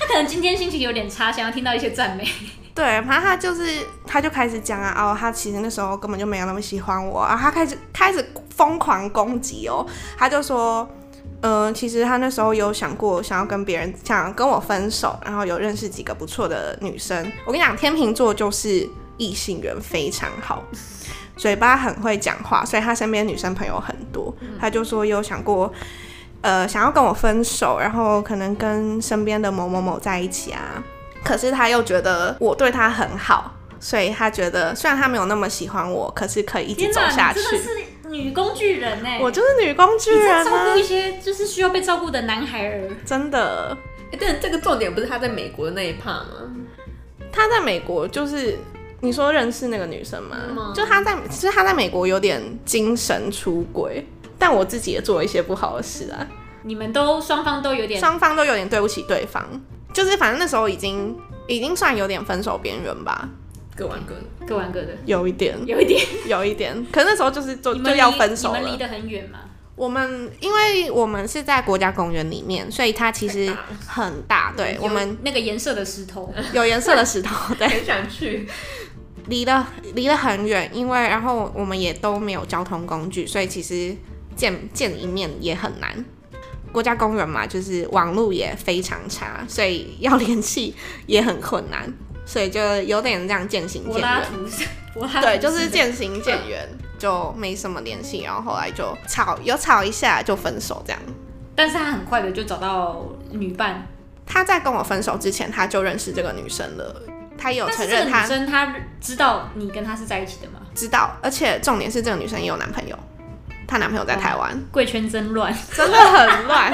A: 他可能今天心情有点差，想要听到一些赞美。
B: 对，反正他就是，他就开始讲啊，哦，他其实那时候根本就没有那么喜欢我，然后他开始开始疯狂攻击哦，他就说，嗯、其实他那时候有想过想要跟别人想跟我分手，然后有认识几个不错的女生。我跟你讲，天秤座就是异性缘非常好，嘴巴很会讲话，所以他身边女生朋友很多。他就说有想过。呃，想要跟我分手，然后可能跟身边的某某某在一起啊，可是他又觉得我对他很好，所以他觉得虽然他没有那么喜欢我，可是可以一直
A: 天
B: 走
A: 哪，
B: 下
A: 你
B: 去
A: 真。的是女工具人哎！
B: 我就是女工具
A: 你在
B: 人
A: 照
B: 啊
A: 顾一，些就是需要被照顾的男孩儿。
B: 真的。
C: 哎但这个重点不是他在美国的那一趴吗？
B: 他在美国就是你说认识那个女生吗？
A: 嗯
B: 就她在，其实她在美国有点精神出轨，但我自己也做了一些不好的事啊，
A: 你们都双方都有点
B: 双方都有点对不起对方，就是反正那时候已经已经算有点分手边缘吧，
C: 各玩各的。
A: 各玩各的，
B: 有一点，
A: 有一点。
B: 有一点，可那时候就是就
A: 你
B: 就
A: 们
B: 要
A: 离
B: 分手
A: 你们离
B: 了。
A: 得很远嘛？
B: 我们因为我们是在国家公园里面，所以它其实
C: 太大了
B: 很大，对
A: 有
B: 我们
A: 那个颜色的石头，
B: 有颜色的石头，对，
C: 很想去，
B: 离得离得很远，因为然后我们也都没有交通工具，所以其实见见一面也很难。国家公园嘛，就是网络也非常差，所以要联系也很困难，所以就有点这样渐行
A: 柏
B: 渐
A: 拉
B: 远。
A: 图是， 柏拉图
B: 对，就是渐行渐远，就没什么联系，然后后来就吵，有吵一下就分手这样。
A: 但是他很快的就找到女伴，
B: 他在跟我分手之前，他就认识这个女生了，他也有
A: 但
B: 承
A: 是这个
B: 认他
A: 女生她知道你跟她是在一起的吗？
B: 知道，而且重点是这个女生也有男朋友，她男朋友在台湾，
A: 贵圈真乱，
B: 真的很乱。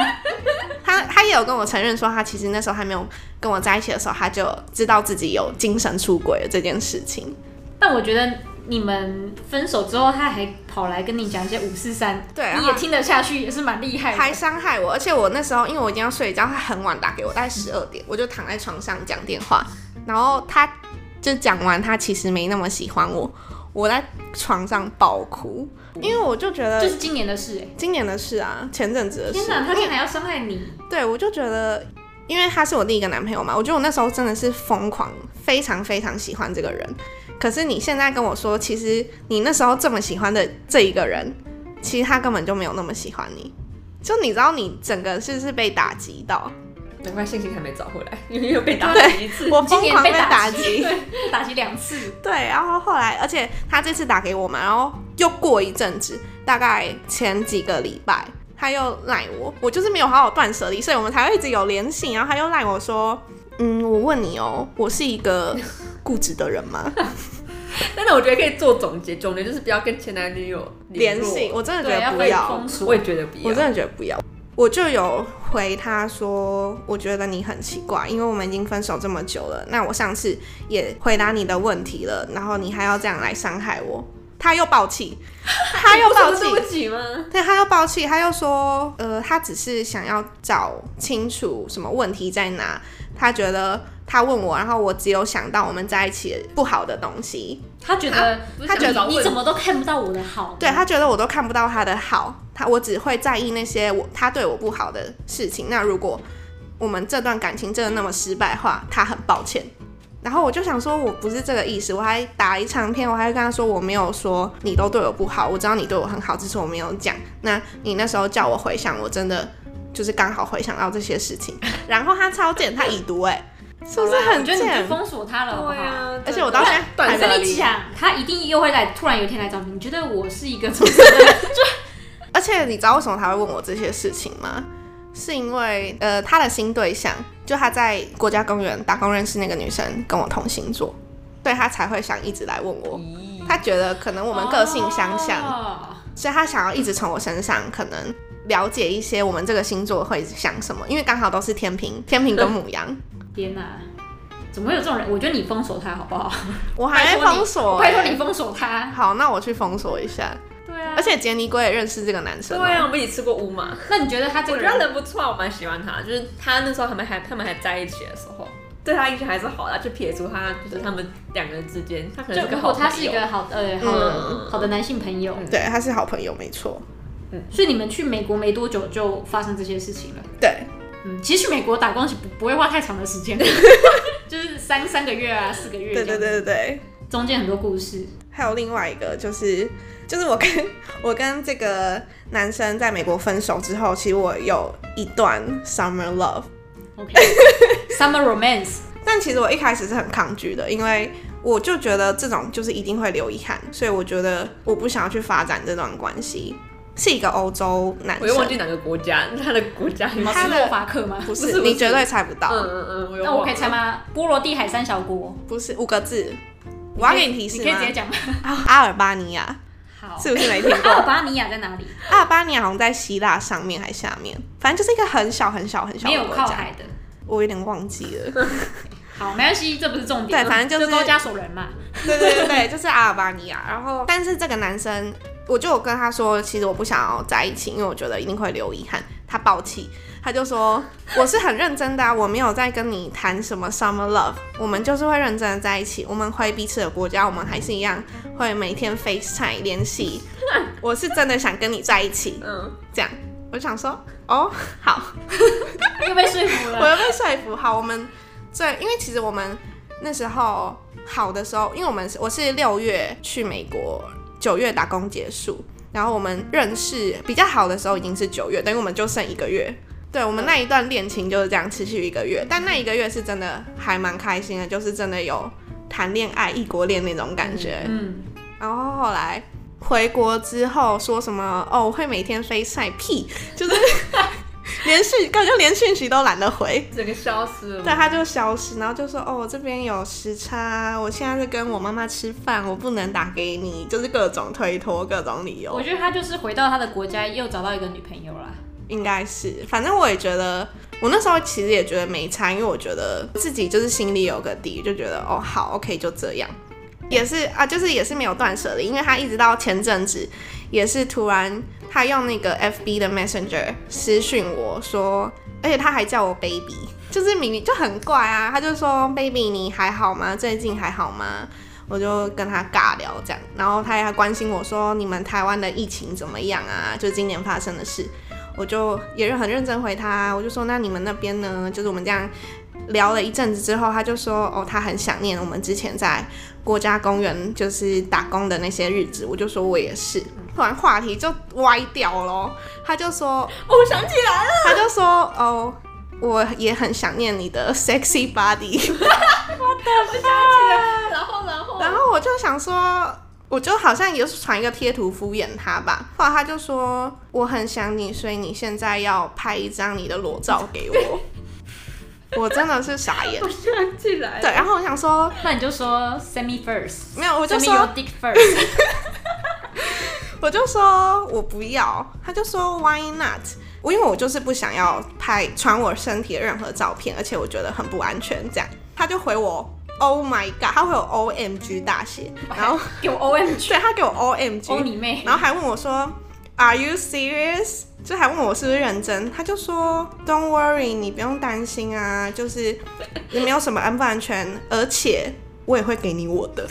B: 她她也有跟我承认说，她其实那时候还没有跟我在一起的时候，她就知道自己有精神出轨的这件事情。
A: 但我觉得你们分手之后，他还跑来跟你讲一些五四三，
B: 对啊
A: 你也听得下去，也是蛮厉害
B: 还
A: 的。
B: 伤害我，而且我那时候因为我已经要睡觉，他很晚打给我，大概十二点，我就躺在床上讲电话，然后他就讲完，他其实没那么喜欢我，我在床上爆哭，因为我就
A: 就
B: 觉得
A: 是今年的事、欸，
B: 今年的事啊，前阵子的
A: 天
B: 事，
A: 哪，他竟然还要伤害你！
B: 对我就觉得，因为他是我第一个男朋友嘛，我觉得我那时候真的是疯狂，非常非常喜欢这个人。可是你现在跟我说，其实你那时候这么喜欢的这一个人，其实他根本就没有那么喜欢你。就你知道，你整个是是被打击到，
C: 难怪信心还没找回来，因为又被打了一次。
B: 我
A: 今
B: 哦疯
A: 年
B: 狂
A: 被
B: 被
A: 打
B: 打
A: 击，对，
B: 击。
A: 被打击两次，
B: 对，然后后来，而且他这次打给我嘛，然后又过一阵子，大概前几个礼拜，他又赖我，我就是没有好好断舍离，所以我们才会一直有联系。然后他又赖我说，嗯，我问你哦，我是一个固执的人吗？
C: 但是我觉得可以做总结，总结就是不要跟前男女友
B: 联
C: 络
B: 系，，我真的觉
A: 对，
B: 得
A: 要
B: 不
A: 被
B: 要
A: 封，
C: 我
A: 锁。
C: 也觉得不
B: 我
C: 要。
B: 真的觉得不要。我就有回他说，我觉得你很奇怪，因为我们已经分手这么久了。那我上次也回答你的问题了，然后你还要这样来伤害我， 他又爆气，他又
C: 抱
B: 爆
C: 歉
B: 气，
C: 对不起吗？
B: 对，他又爆气，他又说，呃，他只是想要找清楚什么问题在哪，他觉得他问我，然后我只有想到我们在一起不好的东西，
A: 啊他觉得，
B: 他觉得
A: 你你怎么都看不到我的好，
B: 对他觉得我都看不到他的好，他我只会在意那些我他对我不好的事情。那如果我们这段感情真的那么失败的话，他很抱歉。然后我就想说，我不是这个意思，我还打一长篇，我还跟他说我没有说你都对我不好，我知道你对我很好，只是我没有讲。那你那时候叫我回想，我真的就是刚好回想到这些事情。然后他超贱，他已读哎、是不是
A: 我
B: 很
A: 觉得你
B: 贱
A: 就？封锁他了，好不好？
C: 啊
B: 而且我到现在
C: 短
A: 我
B: 还没有
A: 跟
C: 暂
A: 你
C: 离
A: 讲，他一定又会来，突然有一天来找你。你觉得我是一 个怎么样的人？
B: 而且你知道为什么他会问我这些事情吗？是因为呃，他的新对象就他在国家公园打工认识那个女生，跟我同星座，对他才会想一直来问我。
C: 咦
B: 他觉得可能我们个性相像，
A: 哦
B: 所以他想要一直从我身上可能了解一些我们这个星座会想什么，因为刚好都是天平，天平跟 母羊，
A: 天哪、怎么会有这种人？我觉得你封锁他好不好？
B: 我还没哎封锁、欸
A: 拜托你封锁他。
B: 好，那我去封锁一下。
A: 对啊
B: 而，且杰尼龟也认识这个男生、
C: 对
B: 哦，
C: 啊，我们一起吃过乌马，
A: 那你觉得他这
C: 我
A: 个
C: 觉得他
A: 人，
C: 人不错，我蛮喜欢他。就是他那时候他们还他们还在一起的时候，对他印象还是好的。就撇除他就是他们两个人之间，他可能
A: 就是
C: 个
A: 如果
C: 好朋友
A: 他是一个好呃好的、
B: 嗯
A: 好的男性朋友，
B: 对，他是好朋友，没错。
A: 所以你们去美国没多久就发生这些事情了。
B: 对，
A: 嗯，其实去美国打工是不不会花太长的时 间，就是三三个月啊，四个月这
B: 对
A: 样子。
B: 对对对对。
A: 中间很多故事，
B: 还有另外一个就是，就是我跟 我跟这个男生在美国分手之后，其实我有一段 summer love，
A: OK。Summer romance，
B: 但其实我一开始是很抗拒的，因为我就觉得这种就是一定会留遗憾，所以我觉得我不想要去发展这段关系。是一个欧洲男
C: 我又忘
B: 生，
C: 记哪个国家，他的国家
A: 你
C: 嗯
A: 们是
B: 他的
A: 莫法克吗？
B: 不
C: 不
B: 是
C: 是不是
B: 你绝对猜不到，
C: 嗯嗯，我又
A: 那我
C: 忘
A: 可以
C: 了。
A: 猜吗？波罗的海三小国，
B: 不是五个字。我要给你提
A: 你
B: 示
A: 可以
B: 吗
A: 直？接讲哦吗？
B: 啊阿尔巴尼亚
A: 好，
B: 是不是没听 过？
A: 阿尔巴尼亚在哪里？
B: 阿尔巴尼亚好像在希腊上面还下面，反正就是一个很小很小很小
A: 没
B: 的
A: 有
B: 国
A: 靠
B: 家。
A: 海的。
B: 我有点忘记了。
A: 好，没关系，这不是重点。
B: 对反正就是
A: 就高加索人嘛。
B: 对对对对，就是阿尔巴尼亚。然后，但是这个男生，我就有跟他说，其实我不想要在一起，因为我觉得一定会留遗憾。他爆气，他就说我是很认真的、啊，我没有在跟你谈什么 summer love，我们就是会认真的在一起，我们回彼此的国家，我们还是一样会每天 FaceTime 联系。我是真的想跟你在一起，
C: 嗯，
B: 这样。我就想说，哦，好，
A: 又被说服
B: 我
A: 了。
B: 又被说服。好，我们最因为其实我们那时候好的时候，因为我们是我是六月去美国，九月打工结束，然后我们认识比较好的时候已经是九月，等于我们就剩一个月。对我们那一段恋情就是这样持续一个月，但那一个月是真的还蛮开心的，就是真的有谈恋爱、异国恋那种感觉。
A: 嗯，
B: 然后后来回国之后说什么哦，我会每天飞晒屁，就是 连续根本就连讯息都懒得回。
C: 整个消失了。
B: 对，他就消失，然后就说哦，我这边有时差，我现在在跟我妈妈吃饭，我不能打给你，就是各种推脱，各种理由
A: 我，觉得他就是回到他的国家，又找到一个女朋友啦。
B: 应该是，反正我也觉得。我那时候其实也觉得没差，因为我觉得自己就是心里有个底，就觉得哦好，OK 就这样，也是啊，就是也是没有断舍离，因为他一直到前阵子也是突然他用那个 FB 的 Messenger 私讯我说，而且他还叫我 baby，就是明明就很怪啊，他就说 baby 你还好吗？最近还好吗？我就跟他尬聊这样，然后他也还关心我说你们台湾的疫情怎么样啊？就今年发生的事，我就也很认真回他，我就说那你们那边呢？就是我们这样聊了一阵子之后，他就说哦，他很想念我们之前在国家公园就是打工的那些日子。我就说我也是，突然话题就歪掉咯，他就说
C: 哦，我想起来，
B: 他就说哦，我也很想念你的 sexy body。
C: 我想起来，啊然后然后
B: 然后我就想说，我就好像也是传一个贴图敷衍他吧。后来他就说我很想你，所以你现在要拍一张你的裸照给我。我真的是傻眼
C: 我。想起来，
B: 对，然后我想说，
A: 那你就说 send me first，
B: 没有，我就
A: send me your
B: 说，
A: dick first。
B: 我就说我不要。他就说 Why not？我因为我就是不想要拍传我身体的任何照片，而且我觉得很不安全。这样，他就回我 Oh my god，他回我 O M G 大写，然后
A: 给我 O M
B: 对他给我 O M G，
A: Oh，欧你妹，
B: 然后还问我说，Are you serious？就还问我是不是认真，他就说 Don't worry，你不用担心啊，就是你没有什么安不安全，而且我也会给你我的。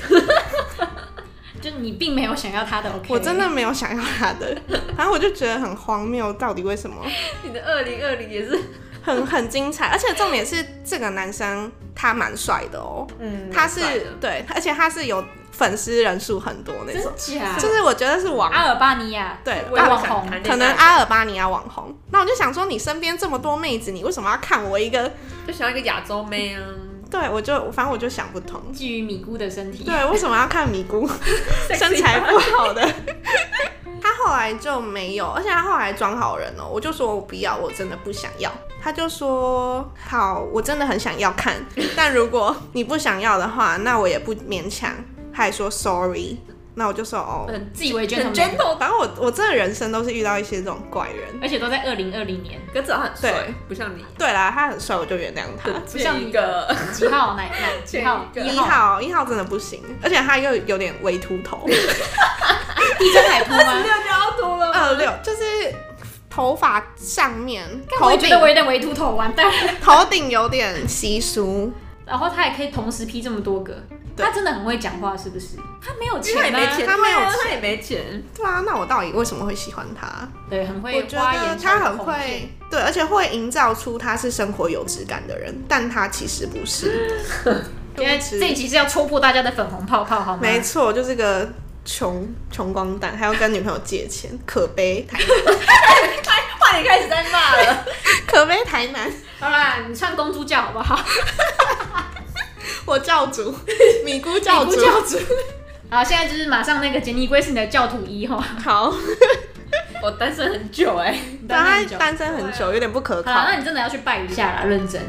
A: 就你并没有想要他的 OK。
B: 我真的没有想要他的，然后我就觉得很荒谬，到底为什么？
C: 你的二零二零也是，
B: 很很精彩，而且重点是这个男生他蛮帅的哦，
C: 嗯
B: 他是对，而且他是有粉丝人数很多那种
A: 真，假？
B: 就是我觉得是网
A: 啊阿尔巴尼亚
B: 对
C: 我也
A: 网
C: 想
A: 红
C: 谈
B: 啊可
C: 恋
B: 能啊
C: 爱，
B: 阿尔巴尼亚网红。那我就想说，你身边这么多妹子，你为什么要看我一个？
C: 就想要一个亚洲妹啊，
B: 对我就反正我就想不通，
A: 基于米姑的身体，
B: 对，为什么要看米姑身材不好的？ 他后来就没有，而且他后来装好人哦，我就说我不要，我真的不想要。他就说好，我真的很想要看，但如果你不想要的话，那我也不勉强。他还说 sorry，那我就说哦，
A: 很自以为 gentleman，
C: 很 gentle，
B: 反正我我真的人生都是遇到一些这种怪人。
A: 而且都在二零二零年。
C: 可至少他很帅
B: 对，
C: 不像你，
B: 对啦，他很帅，我就原谅他。
C: 不像
A: 一
C: 一 个，
A: 几号？哪 哪几号？
C: 前
B: 一
A: 号。
B: 号一号真的不行，而且他又有点微秃 头，
A: 地中海秃 吗？
C: 就要秃了
B: 二呃六就是头发上面
A: 我
B: 头
A: 也觉得我
B: 顶
A: 有点微秃头，完蛋。
B: 头顶有点稀疏，
A: 然后他也可以同时批这么多个，
B: 对
A: 他真的很会讲话，是不是？他没有
C: 因为他
A: 钱
C: 也没
A: 啊，
C: 钱，
B: 他没有
C: 对啊
B: 钱
C: 他也没钱，
B: 对啊，那我到底为什么会喜欢他？
A: 对，很
B: 我
A: 会
B: 觉
A: 花
B: 得
A: 言
B: 他
A: 巧
B: 很
A: 孔
B: 会对，而且会营造出他是生活有质感的人，但他其实不是。
A: 因
B: 对
A: 为
B: 不起
A: 这一集是要戳破大家的粉红泡泡，好吗？
B: 没错，就是个穷穷光蛋，还要跟女朋友借钱，可悲 台
C: 话也开始在骂了，
B: 可悲台南，
A: 好啦，你唱公猪叫好不好？
B: 我教 主米姑教
A: 米
B: 主
A: 姑教主好，现在就是马上那个杰尼龟是你的教徒一哈，
B: 好。
C: 我单身很久哎，
A: 你
B: 对
A: 当
B: 他
A: 面讲
B: 单身很久，有点不可
A: 啊好啦，
B: 靠。
A: 那你真的要去拜一下啦，认真。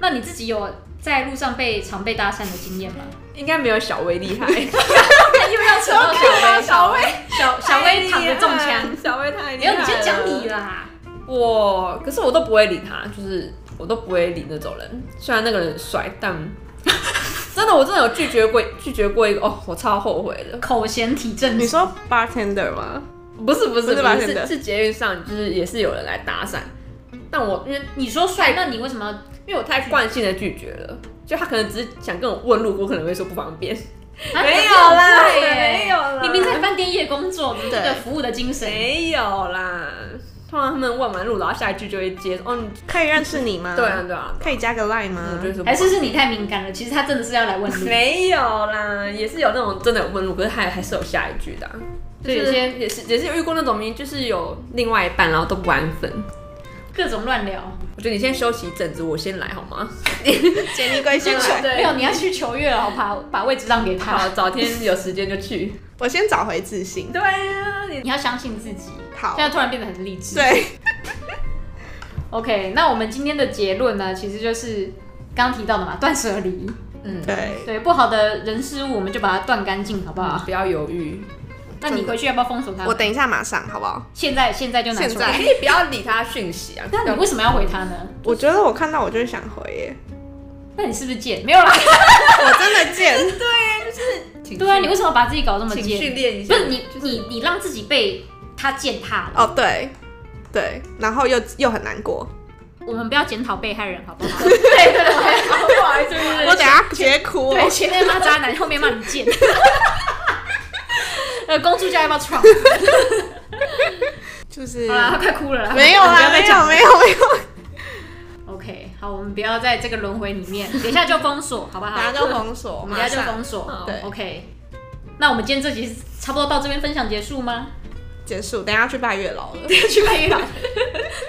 A: 那你自己有在路上被常被搭讪的经 验吗？
C: 应该没有小薇厉害，
A: 又要扯到小
C: 小
A: 薇，小小薇躺着中枪。，
C: 小薇太
A: 没
C: 厉害
A: 有，
C: 了，
A: 你先讲你啦。
C: 我可是我都不会理他，就是我都不会理那种人。虽然那个人很帅，但 真的，我真的有拒绝过拒绝过一个哦，我超后悔的。
A: 口嫌体正
B: 你
A: 直，
B: 说嗯 bartender 吗？
C: 不是不是
B: 不是吧
C: 是
B: 真的
C: 是是捷运上就是也是有人来搭讪，但我因为
A: 你说帅，那你为什么啊要？
C: 因为我太惯性的拒绝了，就他可能只是想跟我问路，我可能会说不方便。
A: 啊
C: 没有
A: 你
C: 啦，
A: 很怪耶
C: 有啦
A: 明明在饭店业工作，你这个服务的精神，
C: 没有啦。通常他们问完路，然后下一句就会接哦，你
B: 可以认识你吗？
C: 对啊，对啊，
B: 可以加个 line
C: 我
B: 吗？
C: 就会说不
A: 还是是你太敏感了？其实他真的是要来问你。
C: 没有啦，也是有那种真的有问路，可是还还是有下一句的啊、就
A: 对
C: 是
A: 有些
C: 也是也是有遇过那种明明就是有另外一半，然后都不安分。
A: 各种乱聊，
C: 我觉得你先休息一阵子，我先来好吗？
B: 杰尼龟先水，
A: 没有，你要去求月老，把把位置让给
C: 好，
A: 他。
C: 早天有时间就 去。
B: 我先找回自信。
C: 对呀、你
A: 啊你要相信自己。
B: 好
A: 现，在突然变得很励志。
B: 对，
A: OK，那我们今天的结论呢，其实就是刚提到的嘛，断舍离。
C: 嗯，
B: 对，
A: 对，不好的人事物，我们就把它断干净，好不好？
C: 不要犹豫，
A: 那你回去要不要封锁他
B: 嗯我？等一下马上，好不好？
A: 现在现在就拿
B: 现
A: 出
C: 你
A: 来。
B: 在哎
C: 可以不要理他讯息啊。
A: 那你为什么要回他呢？
B: 我觉得我看到我就会想回耶，
A: 那你是不是贱？没有 啦。
B: 我真的贱，
C: 情绪
A: 对啊，你为什么把自己搞这么
C: 情绪
A: 贱？
C: 练一下？
A: 不是你你你让自己被他践踏了。
B: 哦，对，对，然后又又很难过。
A: 我们不要检讨被害人，好不 好？对对对，
C: 不好意思，
B: 我等一下直接哭哦
A: 对，。前面骂渣男，后面骂你 贱。呃，公主家要不要闯？
B: 嗯就是
A: 好啦，他快哭了啦。
B: 没有
A: 我们不要
B: 啦，
A: 再
B: 没
A: 讲
B: 有没有没有，
A: OK，好，我们不要在这个轮回里面，等一下就封锁，好不好？
B: 等下就封锁，
A: 我们等一下就
B: 马上
A: 封锁。
B: 对
A: OK，那我们今天这集差不多到这边分享结束吗？
B: 结束，等一下去拜月老了，
A: 去拜月老， 等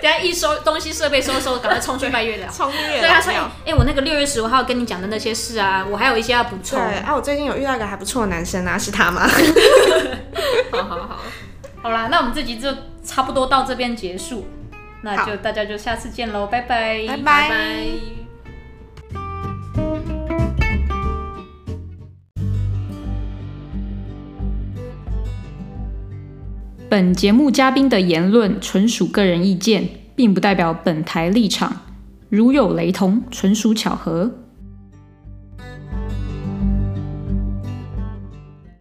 A: 一下一收东西设备收收，赶快冲去拜月 老。
B: 冲月
A: 对
B: 老
A: 他说：“哎、
B: 庙。
A: 哎我那个六月十五号跟你讲的那些事啊，我还有一些要补充
B: 对，。啊，我最近有遇到一个还不错的男生啊，是他吗？
C: 好好好，
A: 好啦，那我们这集就差不多到这边结束，那就大家就下次见喽，拜拜，
B: 拜拜
C: 拜拜。
D: 本节目嘉宾的言论纯属个人意见，并不代表本台立场。如有雷同，纯属巧合。